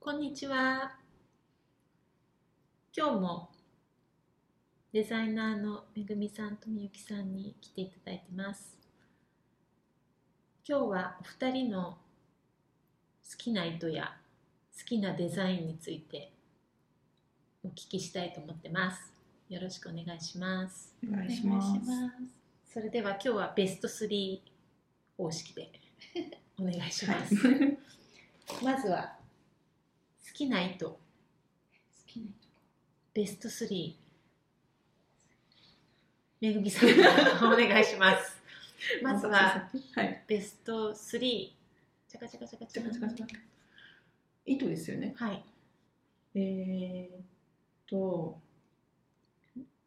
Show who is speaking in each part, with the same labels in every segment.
Speaker 1: こんにちは。今日もデザイナーのめぐみさんとみゆきさんに来ていただいてます。今日はお二人の好きな糸や好きなデザインについてお聞きしたいと思ってます。よろしくお願いします。
Speaker 2: お願いします
Speaker 1: お願いしますそれでは今日はベスト3方式でお願いします。まずは好きな糸
Speaker 3: 好きな人か
Speaker 1: ベスト3めぐみさんお願いし ますまずは
Speaker 2: はい。
Speaker 1: ベスト3チャカチャカチャカチ
Speaker 2: チ
Speaker 1: ャ
Speaker 2: ャ
Speaker 1: カ
Speaker 2: カチャカチャカ。糸ですよね。
Speaker 1: はい
Speaker 2: えーっと、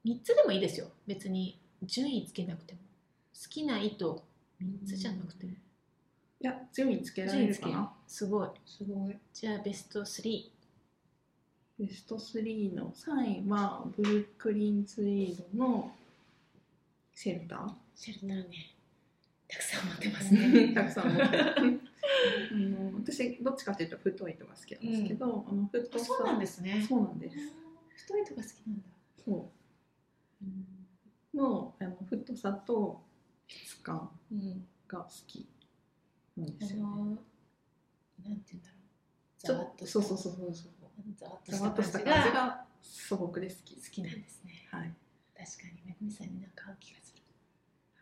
Speaker 1: 3つでもいいですよ別に順位つけなくても好きな糸3つじゃなくても
Speaker 2: いや、順位つけら
Speaker 1: 順
Speaker 2: れ
Speaker 1: 位
Speaker 2: る
Speaker 1: つけ
Speaker 2: かな。
Speaker 1: すごい
Speaker 2: すごい。
Speaker 1: じゃあベスト3
Speaker 2: ベスト3の3位は、ブルックリンツイードのシェルター。
Speaker 1: シェルターねたくさん持ってますね
Speaker 2: たくさん持ってるあの私どっちかというと太い糸が好きなんですけど、あの太さ
Speaker 1: そうなんですね
Speaker 2: そうなんです
Speaker 1: 太いとか好きなんだ
Speaker 2: そ
Speaker 1: うん
Speaker 2: うのあの太さと質感
Speaker 1: うん
Speaker 2: が好きなん
Speaker 1: あ
Speaker 2: ですよ、ね、
Speaker 1: のなんて言うんだろう
Speaker 2: ち
Speaker 1: ざ
Speaker 2: ょ
Speaker 1: わ
Speaker 2: っ
Speaker 1: っ
Speaker 2: と
Speaker 1: と
Speaker 2: そうそうそうそうそう
Speaker 1: ざわっと
Speaker 2: ざわっとし
Speaker 1: したた
Speaker 2: 感
Speaker 1: 感
Speaker 2: じ
Speaker 1: じが
Speaker 2: が素朴で好き
Speaker 1: 好きなんですね
Speaker 2: はい
Speaker 1: 確かにめぐみさんになんか合う気がする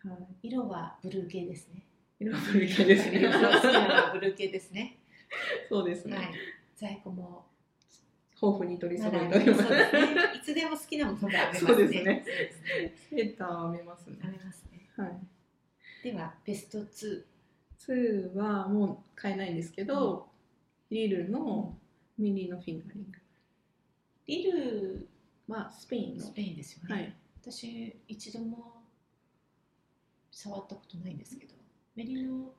Speaker 2: はい
Speaker 1: 色はブルー系ですね
Speaker 2: 色々古い系ですね
Speaker 1: 色好きなのはブルー系ですね
Speaker 2: そうですね、
Speaker 1: は
Speaker 2: 豊
Speaker 1: い在庫も
Speaker 2: 富に取り
Speaker 1: ま
Speaker 2: 揃
Speaker 1: だあ
Speaker 2: え
Speaker 1: り
Speaker 2: てお
Speaker 1: ます
Speaker 2: り
Speaker 1: そう
Speaker 2: ま
Speaker 1: ですすね いつでも好きなものがありますね
Speaker 2: そうですね
Speaker 1: そうですね
Speaker 2: シェルターは見ますね
Speaker 1: ありますね
Speaker 2: はい
Speaker 1: ではベスト2
Speaker 2: 2はもう買えないんですけど、リルのミリのフィンガリング
Speaker 1: リル
Speaker 2: はスペインの
Speaker 1: スペインですよね、
Speaker 2: はい、
Speaker 1: 私一度も触ったことないんですけどメリノ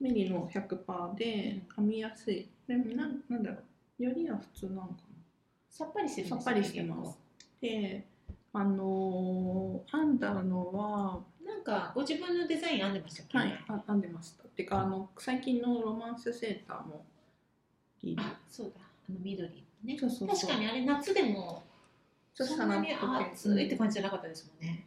Speaker 2: ミリの100%で編みやすいでもなんなんだろうよりは普通なのかな
Speaker 1: さっぱりしてるんです
Speaker 2: さっぱりしてますであのー、編んだのは
Speaker 1: なんかご自分のデザイン編んでましたっけ、
Speaker 2: はいあ編んでましたてかあの最近のロマンスセーターもリル
Speaker 1: あそうだあの緑ね
Speaker 2: そうそうそ
Speaker 1: 確
Speaker 2: う
Speaker 1: かにあれ夏でも
Speaker 2: ちょっと
Speaker 1: そんなに
Speaker 2: さらっと系
Speaker 1: 暑いって感じじゃなかったですもんね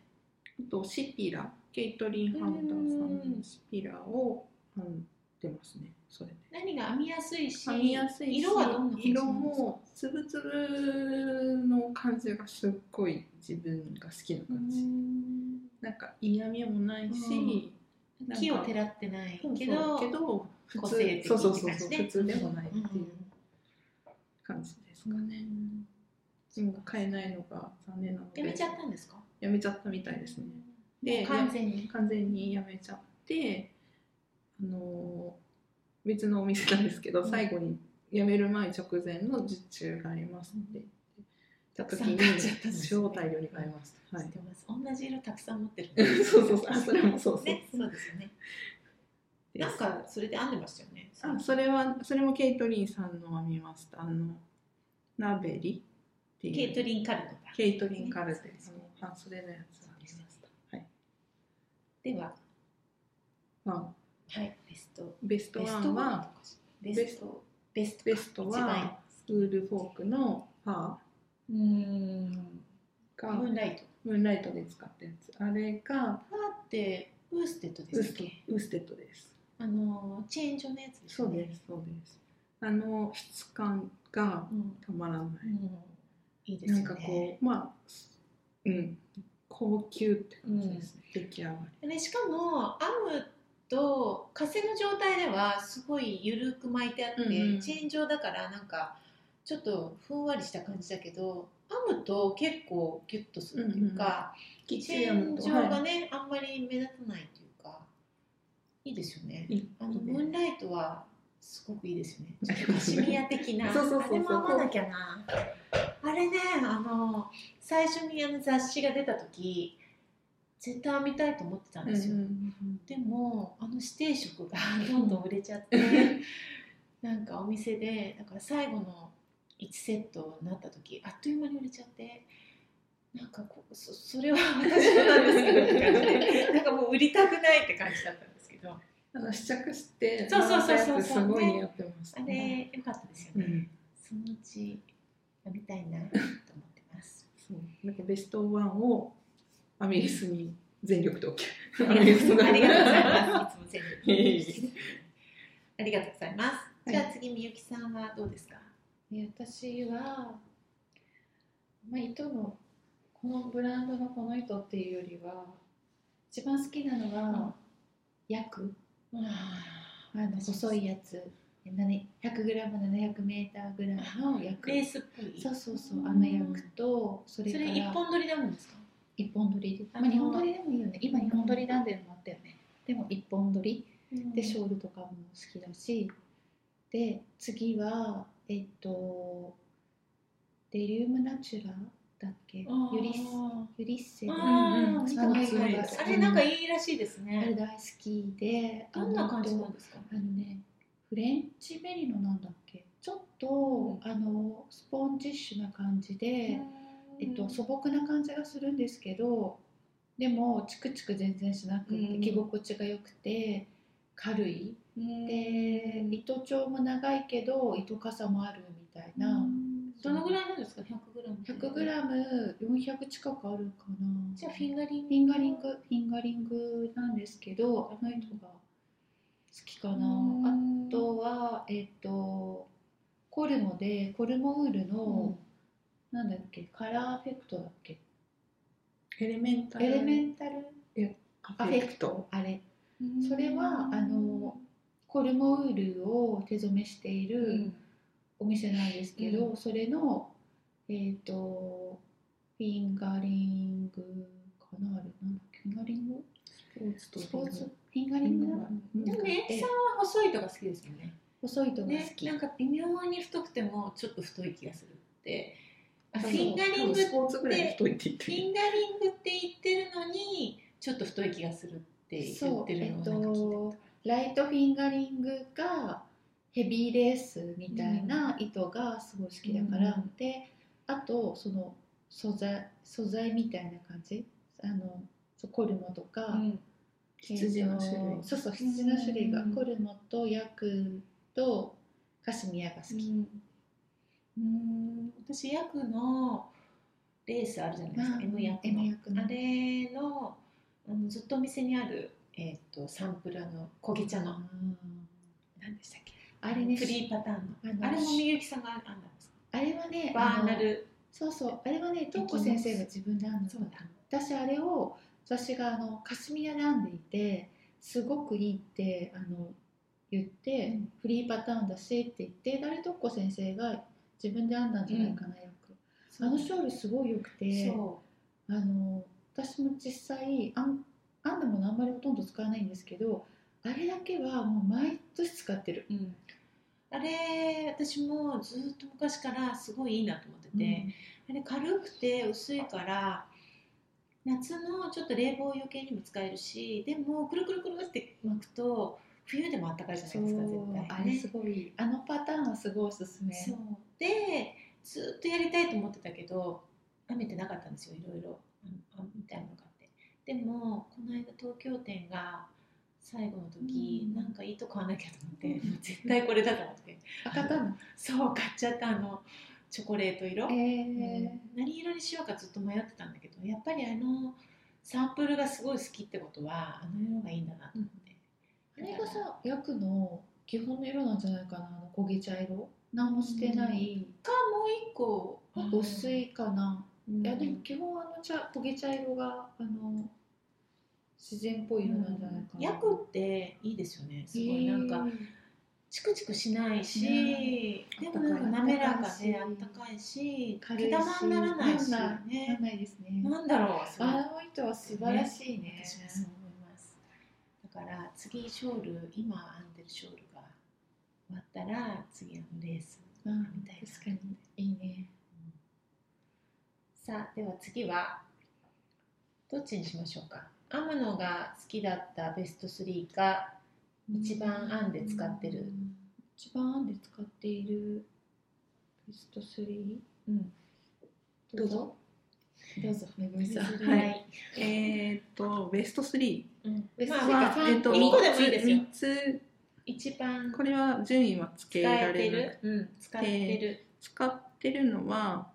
Speaker 2: あとシピラケイトリン・ハンターさんのシピラを編んでますねそれで
Speaker 1: 何が編みやすいし
Speaker 2: 編みやすいし
Speaker 1: 色はどんな感じな
Speaker 2: 色
Speaker 1: んですか
Speaker 2: もつぶつぶの感じがすっごい自分が好きな
Speaker 1: う
Speaker 2: 感じ、なんか嫌味もないし、
Speaker 1: ん
Speaker 2: なんか
Speaker 1: 木をてらってない
Speaker 2: そうそう
Speaker 1: けど
Speaker 2: けど普
Speaker 1: 個
Speaker 2: 通
Speaker 1: 性的
Speaker 2: そうそう
Speaker 1: って
Speaker 2: そう
Speaker 1: 感
Speaker 2: そ
Speaker 1: じ
Speaker 2: う
Speaker 1: で
Speaker 2: 普通でもないっていう感じですか
Speaker 1: うん
Speaker 2: ね、今買えないのが残念なので
Speaker 1: やめちゃったんですか
Speaker 2: やめちゃったみたいですね
Speaker 1: も
Speaker 2: で
Speaker 1: う完全に
Speaker 2: 完全にやめちゃってあのー別のお店なんですけど、
Speaker 1: うん
Speaker 2: 最後に辞める前直前の受注がありますって言った時に
Speaker 1: たくさん買っちゃったんですね
Speaker 2: 超大量に買いました、は
Speaker 1: 知
Speaker 2: い
Speaker 1: っ、てます同じ色たくさん持ってる
Speaker 2: そうそうそうあそれもそうそう
Speaker 1: ねそうですよねなんかそれで編んでましたよね
Speaker 2: あそれはそれもケイトリンさんの編みましたあのナベリっていう
Speaker 1: ケイトリンカルトだ
Speaker 2: ケイトリンカルテ
Speaker 1: ね
Speaker 2: その半袖のやつを編みましたはい、
Speaker 1: では
Speaker 2: まあ、
Speaker 1: はいベスト
Speaker 2: ベストワンは
Speaker 1: ベストベスト
Speaker 2: ベスト
Speaker 1: 一番いい
Speaker 2: はウールフォークのファー
Speaker 1: うーんム
Speaker 2: が
Speaker 1: ーンライト
Speaker 2: ムーンライトで使ったやつあれが
Speaker 1: ファーってウーステッドで
Speaker 2: ウ
Speaker 1: す
Speaker 2: ース
Speaker 1: っ
Speaker 2: テ
Speaker 1: け
Speaker 2: ウーステッドです
Speaker 1: あのチェーン状のやつですよね
Speaker 2: すそうですあの質感が
Speaker 1: うん、
Speaker 2: たまらない、
Speaker 1: うん、いいですよね
Speaker 2: なんかこうまあうん高級って感じですね、出来上が
Speaker 1: でしかも編むと風の状態ではすごい緩く巻いてあって、
Speaker 2: うんうん
Speaker 1: チェーン状だからなんかちょっとふんわりした感じだけど編むと結構ギュッとするっていうか、
Speaker 2: り
Speaker 1: チェーン状
Speaker 2: は
Speaker 1: がね、あんまり目立たないっていうかいいですよね
Speaker 2: いいい
Speaker 1: あのムーンライトはすごくいいですよ ね。
Speaker 2: ありがと
Speaker 1: カ
Speaker 2: うございます
Speaker 1: シミヤ的な。
Speaker 2: そうそうそう
Speaker 1: あ
Speaker 2: そう
Speaker 1: れも編まなきゃな。あれね、あの最初にあの雑誌が出た時、絶対編みたいと思ってたん
Speaker 2: うんう
Speaker 1: ですよ。
Speaker 2: ん
Speaker 1: でもあの指定色が どんどん売れちゃ って、なんかお店でだから最後の1セットになった時、あっという間に売れちゃって。なんかこうそそれは私のなんですけどって感じでなんかもう売りたくないって感じだったんですけどあ
Speaker 2: あの試着して
Speaker 1: そうそうそうそう
Speaker 2: 回ったやつすごい似合ってました
Speaker 1: れ良かったですよね、
Speaker 2: うん、
Speaker 1: そのうち読みたいなと思ってます。
Speaker 2: そうなんかベストワンをアメリスに全力投球
Speaker 1: あ
Speaker 2: ア
Speaker 1: りがと
Speaker 2: メリ
Speaker 1: う
Speaker 2: ス
Speaker 1: ご
Speaker 2: が
Speaker 1: ざいます。いつも全
Speaker 2: いえい
Speaker 1: 力。 ありがとうございます。
Speaker 2: はい
Speaker 1: じゃあ次みゆきさんはどうですか。
Speaker 3: え私は、まあ、糸のこのブランドのこの糸っていうよりは一番好きなのがヤク、あの細いやつ 100g700m ぐらいのヤク
Speaker 1: レースっぽい。
Speaker 3: そうそうそうあのヤクとそれ
Speaker 1: そ
Speaker 3: か
Speaker 1: れ
Speaker 3: ら
Speaker 1: 一本取りなんですか。
Speaker 3: 一本取りで、
Speaker 1: あ
Speaker 3: まあ、
Speaker 1: の
Speaker 3: 日本取りでもいいよね今日本取りなんでるのもあったよねでも一本取りでショールとかも好きだしで次はえっとデリウムナチュラだっけユ
Speaker 1: あー
Speaker 3: リスユリッセ
Speaker 1: あ
Speaker 3: あ
Speaker 1: ー
Speaker 2: うんうん
Speaker 1: 見たことない
Speaker 2: あの
Speaker 1: あれなんかいいらしいです
Speaker 3: れ
Speaker 1: ね。
Speaker 3: 大好きで
Speaker 1: どんな感じ
Speaker 3: あ
Speaker 1: な
Speaker 3: の
Speaker 1: んですか。
Speaker 3: あのねフレンチベリーのなんだっけちょっと、あのスポンジッシュな感じで、えっと、素朴な感じがするんですけどでもチクチク全然しなくて、
Speaker 1: うん
Speaker 3: 着心地が良くて軽いで糸長も長いけど糸傘もあるみたいな、
Speaker 1: どのぐらいなんですか。百グラム。
Speaker 3: 100g400 近くあるかな
Speaker 1: じゃあフィンガリング。
Speaker 3: フィンガリングフィンガリングなんですけどあの糸が好きかな、あ
Speaker 1: あ
Speaker 3: とはえっ、とコルモでコルモウールの、なんだっけカラーエフェクトだっけ
Speaker 2: エレメンタル
Speaker 3: エレメンタル
Speaker 2: ア
Speaker 3: ア
Speaker 2: フ
Speaker 3: フ
Speaker 2: ェ
Speaker 3: ェ
Speaker 2: ク
Speaker 3: ク
Speaker 2: ト
Speaker 3: トあれそれはあのコルモウールを手染めしている、お店なんですけど、
Speaker 1: う
Speaker 3: それのえっ、とフィンガリングかなあれなんだっけフィンガリン
Speaker 2: スポー
Speaker 3: グ
Speaker 2: ツと
Speaker 3: スポーツフィンガリングな
Speaker 2: うん
Speaker 1: でもね、エキさんは細い糸が好きですよね。
Speaker 3: 細い糸が好
Speaker 1: ね、
Speaker 3: き、
Speaker 1: なんか微妙に太くてもちょっと太い気がするってあ
Speaker 2: あ
Speaker 1: フ
Speaker 2: の
Speaker 1: ィンガリング
Speaker 2: 多分スポーツぐらいの太いって言っ
Speaker 1: フ
Speaker 2: て
Speaker 1: ィンガリングって言ってるのにちょっと太い気がするって言ってるのをなんか聞いた
Speaker 3: ライトフィンガリングがヘビーレースみたいな糸がすごい好きだから、
Speaker 1: うん
Speaker 3: であとその素材素材みたいな感じあのそうコルモとか、
Speaker 1: うん
Speaker 2: 羊の種類
Speaker 3: えっとそうそう羊の種類が
Speaker 1: うん
Speaker 3: コルモとヤクとカシミヤが好き、
Speaker 1: うん私ヤクのレースあるじゃないですか、M ヤクの
Speaker 3: M 役の
Speaker 1: あれのあのずっとお店にある、えっとサンプルあの焦げ茶の
Speaker 3: うん
Speaker 1: 何でしたっけ
Speaker 3: あれね
Speaker 1: フリーパターンの
Speaker 3: あの
Speaker 1: あれもみゆきさんがあんなんですか
Speaker 3: あれはね
Speaker 1: バーナ
Speaker 3: あの
Speaker 1: ル
Speaker 3: そうそうあれはね東子先生が自分で編んだ
Speaker 1: そうだ
Speaker 3: 私あれを私があのカシミヤで編んでいてすごくいいってあの言って、
Speaker 1: うん
Speaker 3: フリーパターンだしって言って誰とっこ先生が自分で編んだんじゃないかな、ヤクあのショールすごい良くて
Speaker 1: そ
Speaker 3: あの私も実際あん編んだものあんまりほとんど使わないんですけどあれだけはもう毎年使ってる。
Speaker 1: う、うん、あれ私もずっと昔からすごいいいなと思ってて、あれ軽くて薄いから夏のちょっと冷房余計にも使えるしでもくるくるくるって巻くと冬でもあったかいじゃないですか絶対ね
Speaker 3: あれすごいあのパターンはすごいおすすめ
Speaker 1: そうでずっとやりたいと思ってたけど編めてなかったんですよいろいろあの編みたいなのがあってでもこの間東京店が最後の時、
Speaker 3: う
Speaker 1: な
Speaker 3: ん
Speaker 1: んかいいとこ買わなきゃと思って、もう絶対これだと思って
Speaker 3: 赤タン
Speaker 1: そう買っちゃったあのチョコレート色、
Speaker 3: え
Speaker 1: うん何色にしようかずっと迷ってたんだけどやっぱりあのサンプルがすごい好きってことはあの色がいいんだなと思って、
Speaker 3: あれがさヤクの基本の色なんじゃないかなあの焦げ茶色何もしてない、
Speaker 1: かもう一個
Speaker 3: 薄、いかな、
Speaker 1: うん
Speaker 3: いやでも基本あの茶焦げ茶色があの自然っぽい色なんじゃないかな、
Speaker 1: ヤクっていいですよねすごいなんか
Speaker 3: えー
Speaker 1: チクチクしないし、
Speaker 2: ね
Speaker 1: でもなんか滑らかであ
Speaker 3: あ
Speaker 1: っ
Speaker 3: ったた
Speaker 1: かいし
Speaker 3: 軽い
Speaker 1: 毛
Speaker 3: し
Speaker 1: 玉にならないし
Speaker 3: なんな
Speaker 1: ね
Speaker 3: んないですね、
Speaker 1: なんだろうそれ
Speaker 3: あの糸は素晴らしいね
Speaker 1: 私もそう思いますだから次ショール今編んでるショールが終わったら次あのレース
Speaker 3: うん
Speaker 1: みたいな
Speaker 3: 確かにいいね
Speaker 1: さあでは次はどっちにしましょうか編むのが好きだったベスト3か一番編んで使ってる
Speaker 3: うん一番編んで使っているベスト3
Speaker 1: うん
Speaker 3: どうぞどうぞめぐみさん
Speaker 2: は
Speaker 1: はいい、
Speaker 2: えーっとベスト3
Speaker 1: うん
Speaker 3: ベスト
Speaker 1: まあまあ
Speaker 3: 3
Speaker 2: は、えっと
Speaker 1: 一個でもいいですよ
Speaker 2: 三つ
Speaker 1: 一番
Speaker 2: これは順位はつけ
Speaker 1: 使
Speaker 2: ら
Speaker 1: え
Speaker 2: れ
Speaker 1: て
Speaker 2: る
Speaker 1: る、うん、使ってる
Speaker 2: 使ってるのは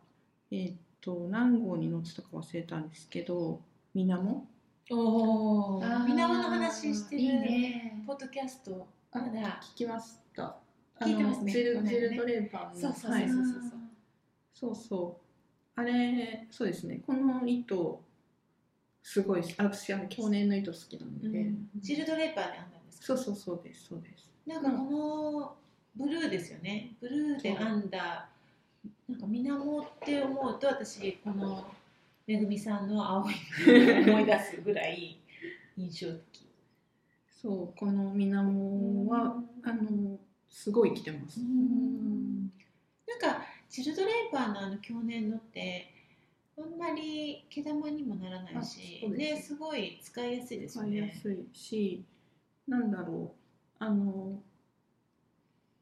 Speaker 2: えーっと何号に載ってたか忘れたんですけどみなも
Speaker 1: おお
Speaker 3: あー
Speaker 1: みなもの話してる
Speaker 3: いいね
Speaker 1: ポッドキャストまだ
Speaker 2: 聞きました
Speaker 1: 聞いてますね
Speaker 2: あのジ
Speaker 1: こ
Speaker 2: ル
Speaker 1: の
Speaker 2: ジ
Speaker 1: 辺ね
Speaker 2: ルドレーバーの
Speaker 1: そうそうそう
Speaker 2: はい
Speaker 1: そう
Speaker 2: そうそう。あれ、そうですね。この糸、すごい、あ私、あの、去年の糸好きなので。
Speaker 1: うんチルドレーパーに編んだんですか
Speaker 2: そうそうそうです、そうです。
Speaker 1: なんかこのブルーですよねブルーで編んだなんか水面って思うと私このめぐみさんの青いのを思い出すぐらい印象的
Speaker 2: そう、この水面は、あの、すごい来てます
Speaker 1: う。んなんかチルドレーパーのあの去年のってあんまり毛玉にもならないし
Speaker 2: あそうです
Speaker 1: ねすごい使いやすいですよ
Speaker 2: 使いや
Speaker 1: ね。
Speaker 2: すいし、なんだろう、あの、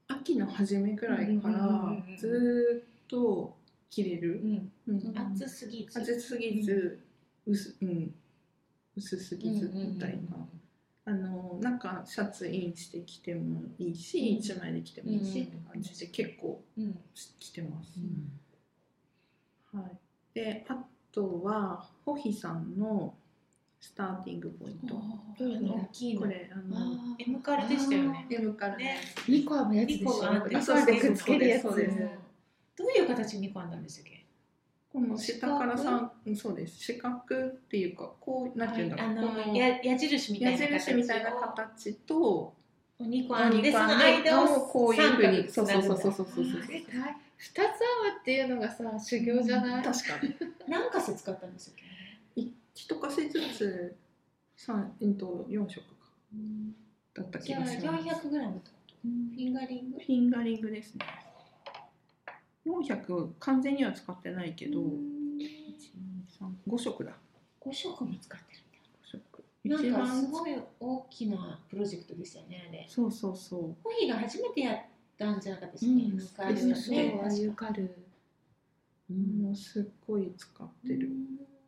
Speaker 2: 秋の初めくらいか
Speaker 1: うんうんう
Speaker 2: ら
Speaker 1: んうん、
Speaker 2: ずーっと着れる
Speaker 1: う。ん、
Speaker 2: うん
Speaker 1: 暑すぎず
Speaker 2: 暑すぎず、薄、うん、薄すぎずみたいな。あのなんかシャツインしてきてもいいし、
Speaker 1: うん
Speaker 2: 一枚で着てもいいし、
Speaker 1: うん
Speaker 2: って感じで結構
Speaker 1: うんうん
Speaker 2: 着てます
Speaker 1: う、ん
Speaker 2: はい、であとはホヒさんのスターティングポイント
Speaker 1: どれが大きい
Speaker 2: こ
Speaker 1: の
Speaker 2: れあの
Speaker 3: あー
Speaker 1: M カルでしたよね。
Speaker 2: で向から
Speaker 1: ね
Speaker 3: ニコアのやつでし
Speaker 1: 二
Speaker 3: ょ
Speaker 1: 個があって
Speaker 3: ニコアでくっつけるやつ
Speaker 2: そうです
Speaker 1: どういう形にこんだんでしたっけ？
Speaker 2: この下から
Speaker 1: 四
Speaker 2: さうんそうです四角っていうかこうなんていうんだろ
Speaker 1: あ
Speaker 2: う、こ
Speaker 1: の
Speaker 2: の
Speaker 1: や矢印みたい
Speaker 2: 矢
Speaker 1: な形を。
Speaker 2: 印みたいな形と
Speaker 1: お肉あ
Speaker 2: 何
Speaker 1: んでその間を
Speaker 2: こういうふうにそう
Speaker 1: 三
Speaker 2: そう
Speaker 1: 角
Speaker 2: そうそう
Speaker 1: つ
Speaker 2: そうそうそう
Speaker 3: あれ大二つ編むっていうのがさ修行じゃない、
Speaker 2: 確かに
Speaker 1: なぐんだ何か所使ったんですよ。
Speaker 2: い一かせずつ三うんと四色か
Speaker 1: うん
Speaker 2: だった気
Speaker 1: じゃあ
Speaker 2: がします。
Speaker 1: 400グラムと
Speaker 3: うん
Speaker 1: フィンガリング。
Speaker 2: フィンガリングですね。四百完全には使ってないけど、一二三五色だ。
Speaker 1: 5色も使って
Speaker 2: 五色。
Speaker 1: るん
Speaker 2: 一
Speaker 1: だ。なんかす
Speaker 2: 番
Speaker 1: ごい大きなプロジェクトでしたよねあれ。
Speaker 2: そうそうそう。
Speaker 1: コヒーが初めてやったんじゃなかったです
Speaker 2: う
Speaker 1: ね
Speaker 2: ん。
Speaker 1: ムカル
Speaker 2: そう
Speaker 1: ですね。
Speaker 3: そうああいうカル
Speaker 1: ん
Speaker 2: もうすっごい使ってる。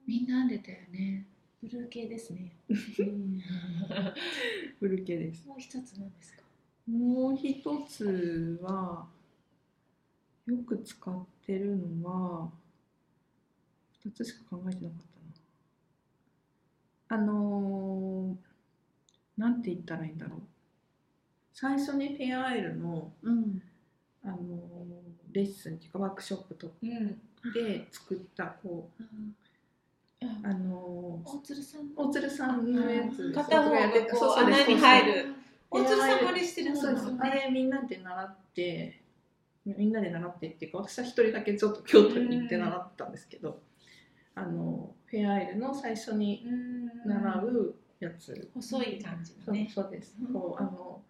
Speaker 3: みんな編んでたよね
Speaker 1: ブルー系ですね。
Speaker 2: ブルケです。
Speaker 1: もう一つなんですか。
Speaker 2: もう一つはよく使ってるのは二つしか考えてなかったなあのー、なんて言ったらいいんだろう最初にフェアアイルの、
Speaker 3: うん
Speaker 2: あのーレッスンっていうかワークショップとか
Speaker 1: うん。
Speaker 2: で作ったこう、あのー
Speaker 1: 大鶴さん。
Speaker 2: 大鶴さんのやつ
Speaker 1: 片方がこう
Speaker 2: やってたそうそう
Speaker 1: 穴に
Speaker 2: そうそう
Speaker 1: 入る大鶴さんもあれしてるん
Speaker 2: そう
Speaker 1: で
Speaker 2: ですす
Speaker 1: よ
Speaker 2: あ
Speaker 1: ね。
Speaker 2: れみんなで習ってみんなで習ってっていうか私は一人だけちょっと京都に行って習ったんですけど、あのフェアアイルの最初に習
Speaker 1: うん。
Speaker 2: うやつ、
Speaker 1: 細い感じ
Speaker 2: そ
Speaker 1: の
Speaker 2: う
Speaker 1: ね。
Speaker 2: そうです、
Speaker 1: うん
Speaker 2: こうあの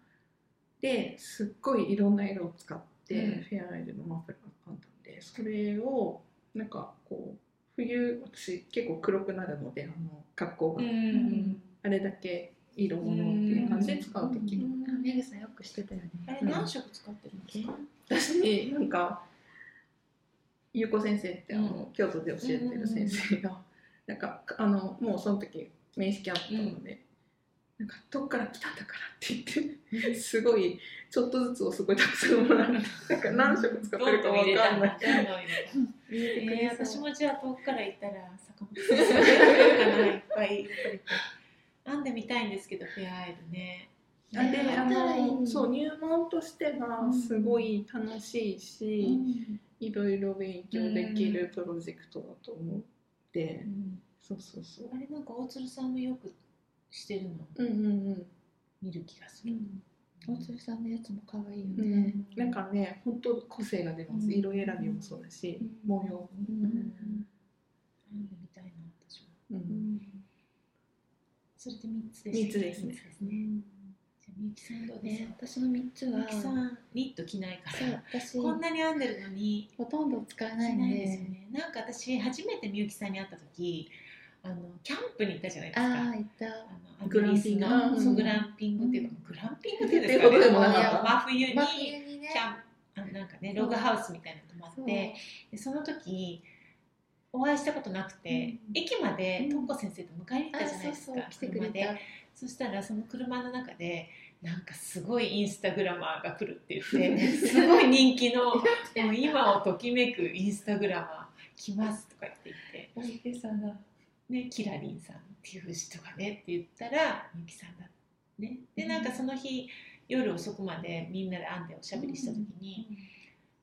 Speaker 2: ですっごいいろんな色を使って、
Speaker 1: うん
Speaker 2: フェアアイルのマフラーがあったんでそれをなんかこう冬私結構黒くなるのであの格好
Speaker 1: う
Speaker 2: が、
Speaker 1: ん。
Speaker 2: あれだけ色物っていう感じで使う時
Speaker 3: う
Speaker 2: も
Speaker 3: んあメグさんよくしてたよね
Speaker 1: あれ何色使ってるんですか。
Speaker 2: 私なんか優子先生ってあの、
Speaker 1: う
Speaker 2: 京都で教えてる先生が、なんかあのもうその時面識あったので、なんかどっから来たんだからって言 ってすごいちょっとずつをすごいたくさんもらってなんか何色使ってるかわかんない。
Speaker 1: えー、私もじゃあ遠くから行ったら坂本先生かないっぱい編んでみたいんですけどフェアアイルね。
Speaker 2: あで
Speaker 3: ね
Speaker 2: あ
Speaker 3: あったらいい
Speaker 2: のそう入門としてはすごい楽しいし、いろいろ勉強できるプロジェクトだと思って、
Speaker 1: うん
Speaker 2: そうそうそう
Speaker 1: あれなんか大鶴さんもよくしてるのを
Speaker 2: うんうんうん
Speaker 1: 見る気がす
Speaker 3: う
Speaker 1: る。
Speaker 3: ん大鶴さんのやつも可愛いよ
Speaker 2: う
Speaker 3: ね
Speaker 2: ん、なんかね本当個性が出ます、
Speaker 3: うん
Speaker 2: 色選びもそうだし、
Speaker 3: うん
Speaker 2: 模様も、
Speaker 1: うん編んでみたいな私も。
Speaker 2: う
Speaker 3: うんん
Speaker 1: それで三つです。
Speaker 2: 三つですね
Speaker 1: 三つねじゃあみゆきさんどうです
Speaker 3: ね
Speaker 1: か。
Speaker 3: 私の三つ
Speaker 1: み
Speaker 3: は
Speaker 1: ゆきさんニット着ないか
Speaker 3: そう私
Speaker 1: ら。こんなに編んでるのに
Speaker 3: ほとんど使え
Speaker 1: 着
Speaker 3: な
Speaker 1: ないい
Speaker 3: ん
Speaker 1: ん
Speaker 3: で
Speaker 1: ですよね。なんか私初めてみゆきさんに会った時、あのキャンプに行ったじゃないですか。
Speaker 3: ああいた
Speaker 1: あのグランピング
Speaker 2: グランピ
Speaker 1: の、
Speaker 2: ング
Speaker 1: そう
Speaker 2: うん
Speaker 1: グランピングっていうか、グランピングっていうん
Speaker 2: って
Speaker 1: です
Speaker 2: いう
Speaker 1: か
Speaker 2: こと
Speaker 1: ね
Speaker 2: でもなかった、
Speaker 1: 真冬に
Speaker 3: 真
Speaker 1: キ
Speaker 3: 冬にね
Speaker 1: ャンプあのなんかねログハウスみたいなの泊まってでその時お会いしたことなくて、
Speaker 3: うん
Speaker 1: 駅まで
Speaker 3: うん
Speaker 1: とんこ先生と迎えに行っ
Speaker 3: あ
Speaker 1: たじゃない
Speaker 3: そう
Speaker 1: です
Speaker 3: そ
Speaker 1: か、
Speaker 3: う来てくれ
Speaker 1: 車で
Speaker 3: た
Speaker 1: そしたらその車の中でなんかすごいインスタグラマーが来るって言 ってすごい人気のもう今をときめくインスタグラマー来ますとか言って言って
Speaker 3: お池さんが
Speaker 1: ね、キラリンさんっていう人がねって言ったらみゆきさんだねでなんかその日夜遅くまでみんなで編んでおしゃべりした時に、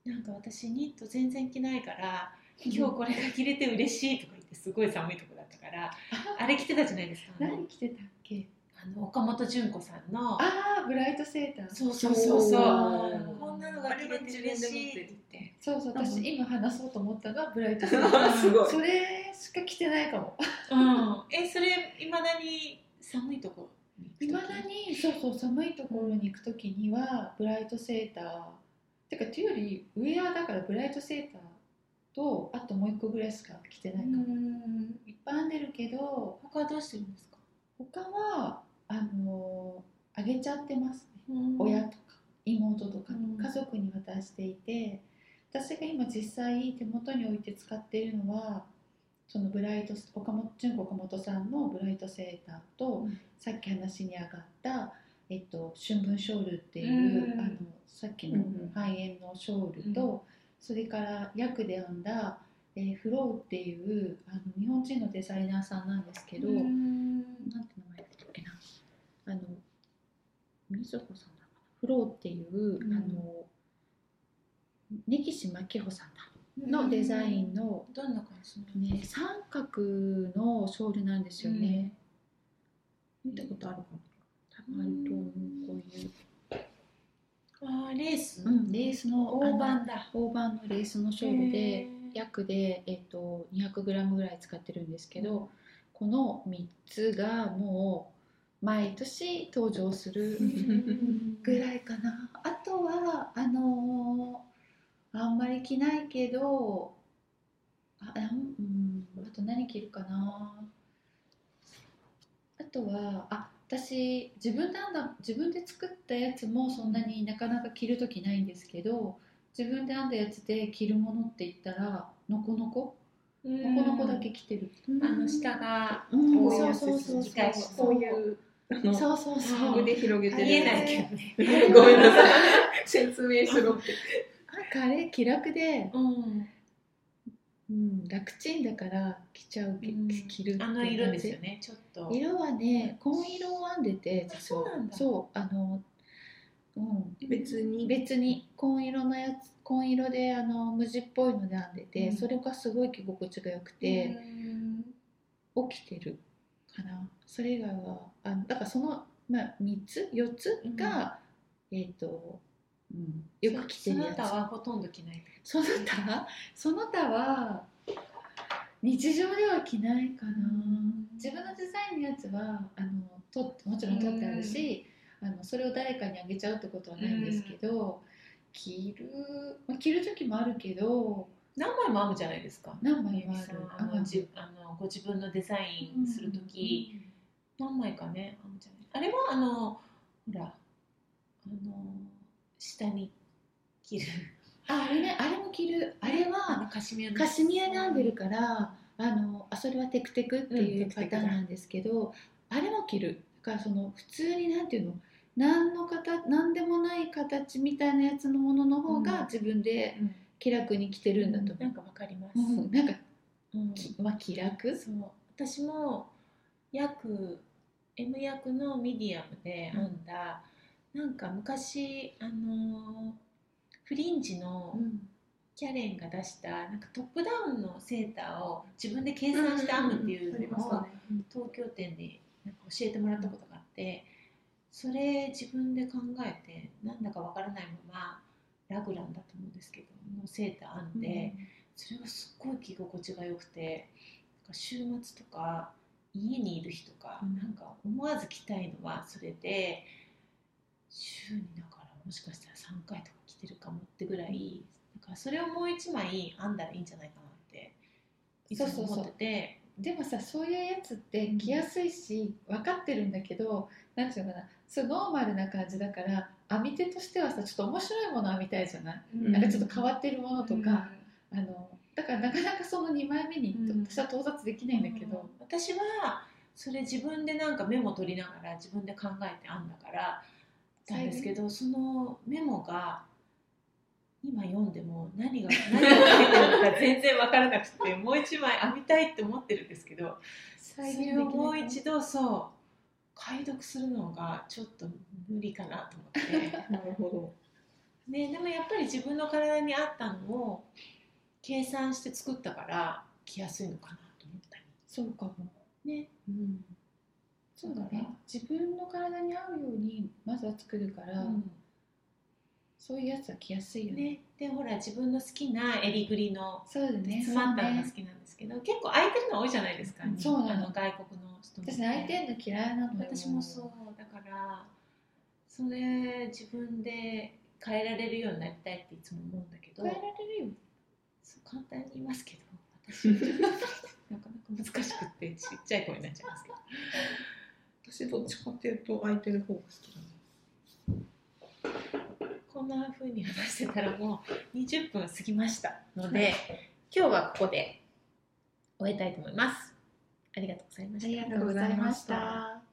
Speaker 1: なんか私ニット全然着ないから今日これが着れて嬉しいとか言ってすごい寒いとこだったからあれ着てたじゃないですかあの
Speaker 3: 何着てたっけ
Speaker 1: あの岡本純子さんの
Speaker 3: ああブライトセーター
Speaker 1: そうそうそうそう
Speaker 3: あー
Speaker 1: こんなのが着れて嬉しい って言って
Speaker 3: そうそう私
Speaker 1: うん
Speaker 3: 今話そうと思ったのはブライトセーター
Speaker 2: すごい
Speaker 3: それしか着てないかも
Speaker 1: うんえそれいまだに寒いとこに行く時
Speaker 3: いまだにそうそう寒いところに行く時にはブライトセーターてかというよりウェアだからブライトセーターとあともう一個ぐらいしか着てないかも、
Speaker 1: うん
Speaker 3: いっぱい編んでるけど
Speaker 1: 他はどうしてるんですか
Speaker 3: 他はあのあげちゃってますね親とか妹とか
Speaker 1: うん
Speaker 3: 家族に渡していて私が今実際手元に置いて使っているのはそのブライト岡本純子岡本さんのブライトセーターと、
Speaker 1: うん
Speaker 3: さっき話に上がった、えっと、春分ショールっていう、
Speaker 1: うん
Speaker 3: あのさっきの
Speaker 2: うんうん
Speaker 3: 半円のショールと、
Speaker 1: うん
Speaker 3: それからヤクで編んだ、えーフローっていうあの日本人のデザイナーさんなんですけど、なんて名前だったっけなあのみずほさんだかなフローっていう、
Speaker 1: うん
Speaker 3: あの根岸真紀穂さんだのデザインの、
Speaker 1: どんな感じなの
Speaker 3: ね、三角のショールなんですよね、
Speaker 2: 見たことあるかも
Speaker 3: 多分あると思うこういう、
Speaker 1: あーレース
Speaker 3: う
Speaker 1: の
Speaker 3: ん、レースの
Speaker 1: 大
Speaker 3: あ
Speaker 1: 判だ
Speaker 3: の大判のレースのショール
Speaker 1: へ
Speaker 3: で
Speaker 1: ー
Speaker 3: 約で、えっと 200g ぐらい使ってるんですけど、この3つがもう毎年登場するぐらいかなあとはあのーあんまり着ないけどああんうんあと何着るかなあとはあ私自分で編んだ自分で作ったやつもそんなになかなか着る時ないんですけど自分で編んだやつで着るものって言ったらのこのこ
Speaker 1: うん
Speaker 3: のこのこだけ着てる、
Speaker 1: あの下が
Speaker 3: うん
Speaker 2: こういう
Speaker 3: そう
Speaker 2: やつ
Speaker 3: そうそうそう
Speaker 1: 着たいし
Speaker 2: こういうあの
Speaker 3: そうそうそう
Speaker 1: あ
Speaker 2: 腕広げて
Speaker 1: 見
Speaker 2: る
Speaker 1: えないけどね
Speaker 2: ごめんなさい 説明 しろって
Speaker 3: なんかあれ気楽で
Speaker 1: うん
Speaker 3: うん、楽ちんだから着ちゃう、け着るっていう
Speaker 1: あ
Speaker 3: 感じ
Speaker 1: の色ですよねちょっと
Speaker 3: 色はね紺色を編んでて
Speaker 1: あ
Speaker 3: 実
Speaker 1: そ
Speaker 3: は
Speaker 1: うなんだ
Speaker 3: そうあの、う
Speaker 2: 別
Speaker 3: ん、
Speaker 2: に
Speaker 3: 別に紺色のやつ紺色であの無地っぽいので編んでて、
Speaker 1: うん
Speaker 3: それがすごい着心地が良くて、起きてるかなそれ以外はあだからその、まあ、3つ4つが、えっ、と、うん、よく着てるやつ
Speaker 1: その他はほとんど着ない
Speaker 3: その他その他は日常では着ないかな、自分のデザインのやつはあのともちろん取ってあるし、あのそれを誰かにあげちゃうってことはないんですけど、着る、まあ、着る時もあるけど
Speaker 1: 何枚も編むじゃないですか
Speaker 3: 何
Speaker 1: みゆ
Speaker 3: 枚も
Speaker 1: き
Speaker 3: あ
Speaker 1: さ
Speaker 3: る
Speaker 1: んあのじあのご自分のデザインするとき、、何枚かねあるじゃないあれはあのほらあの下に着る
Speaker 3: うんああれねあれも着るあれ
Speaker 1: あ
Speaker 3: は
Speaker 1: のカシミヤの
Speaker 3: カシミヤで編んでるからあのあそれはテクテクってい
Speaker 1: うん
Speaker 3: う
Speaker 1: テクテ
Speaker 3: パ
Speaker 1: ク
Speaker 3: ターンなんですけど、あれも着るだからその普通になんていうの何の形何でもない形みたいなやつのものの方
Speaker 1: うん
Speaker 3: が自分で
Speaker 1: うん
Speaker 3: 気楽に着てるんだと思う、
Speaker 1: なんかわかります、
Speaker 3: うん、なんか、
Speaker 1: うん
Speaker 3: きまあ、気楽
Speaker 1: そう私も役 M 役のミディアムで編んだ、なんか昔あのフリンジの
Speaker 3: ん、
Speaker 1: キャレンが出したなんかトップダウンのセーターを自分で計算して編むっていう
Speaker 2: あり
Speaker 1: の
Speaker 2: ま
Speaker 1: を、
Speaker 2: したね
Speaker 1: 東京店でなんか教えてもらったことがあってそれ自分で考えてなんだかわからないままラグランだと思うんですけどのセーター編んで、それがすっごい着心地が良くてなんか週末とか家にいる日とか、
Speaker 3: うん
Speaker 1: なんか思わず着たいのはそれで週にだからもしかしたら3回とか着てるかもってぐらいだからそれをもう1枚編んだらいいんじゃないかなっていつも思ってて。
Speaker 3: でもさそういうやつって着やすいし分かってるんだけどなんていうのかなそうノーマルな感じだから編み手としてはさちょっと面白いもの編みたいじゃない、
Speaker 2: うん
Speaker 3: なんかちょっと変わってるものとか、あのだからなかなかその2枚目に、
Speaker 1: うん
Speaker 3: 私は到達できないんだけど、
Speaker 1: うん私はそれ自分でなんかメモ取りながら自分で考えて編んだからったんですけど、そのメモが今読んでも何が何が書いてあるのか全然わからなく てもう一枚編みたいって思ってるんですけどそ
Speaker 3: 再現でき
Speaker 1: れ
Speaker 3: な
Speaker 1: を
Speaker 3: いかな
Speaker 1: もう一度そう解読するのがちょっと無理かなと思って。
Speaker 2: なるほど。
Speaker 1: ね、でもやっぱり自分の体に合ったのを計算して作ったから着やすいのかなと思ったり
Speaker 3: そうかも
Speaker 1: ね、
Speaker 3: うんそうだね自分の体に合うようにまずは作るから、そういうやつは着やすいよね
Speaker 1: ねでほら自分の好きな襟ぐりの
Speaker 3: そうだね
Speaker 1: 詰まったのが好きなんですけど、結構空いてるの多いじゃないですか、
Speaker 3: うんそう
Speaker 1: あ
Speaker 3: なの
Speaker 1: の外国の人もね
Speaker 3: 私泣いてんの嫌いなのよ
Speaker 1: 私もそうだからそれ自分で変えられるようになりたいっていつも思うんだけど
Speaker 3: 変えられるよ
Speaker 1: そう簡単に言いますけど私 はちょっとなかなか難しくってちっちゃい子になっちゃいますけど
Speaker 2: 私どっちかっていうと空いてる方が好きだね。
Speaker 1: こんな風に話してたらもう20分過ぎましたので今日はここで終えたいと思いますありがとうございました
Speaker 2: がとうございました
Speaker 3: ありがとうございました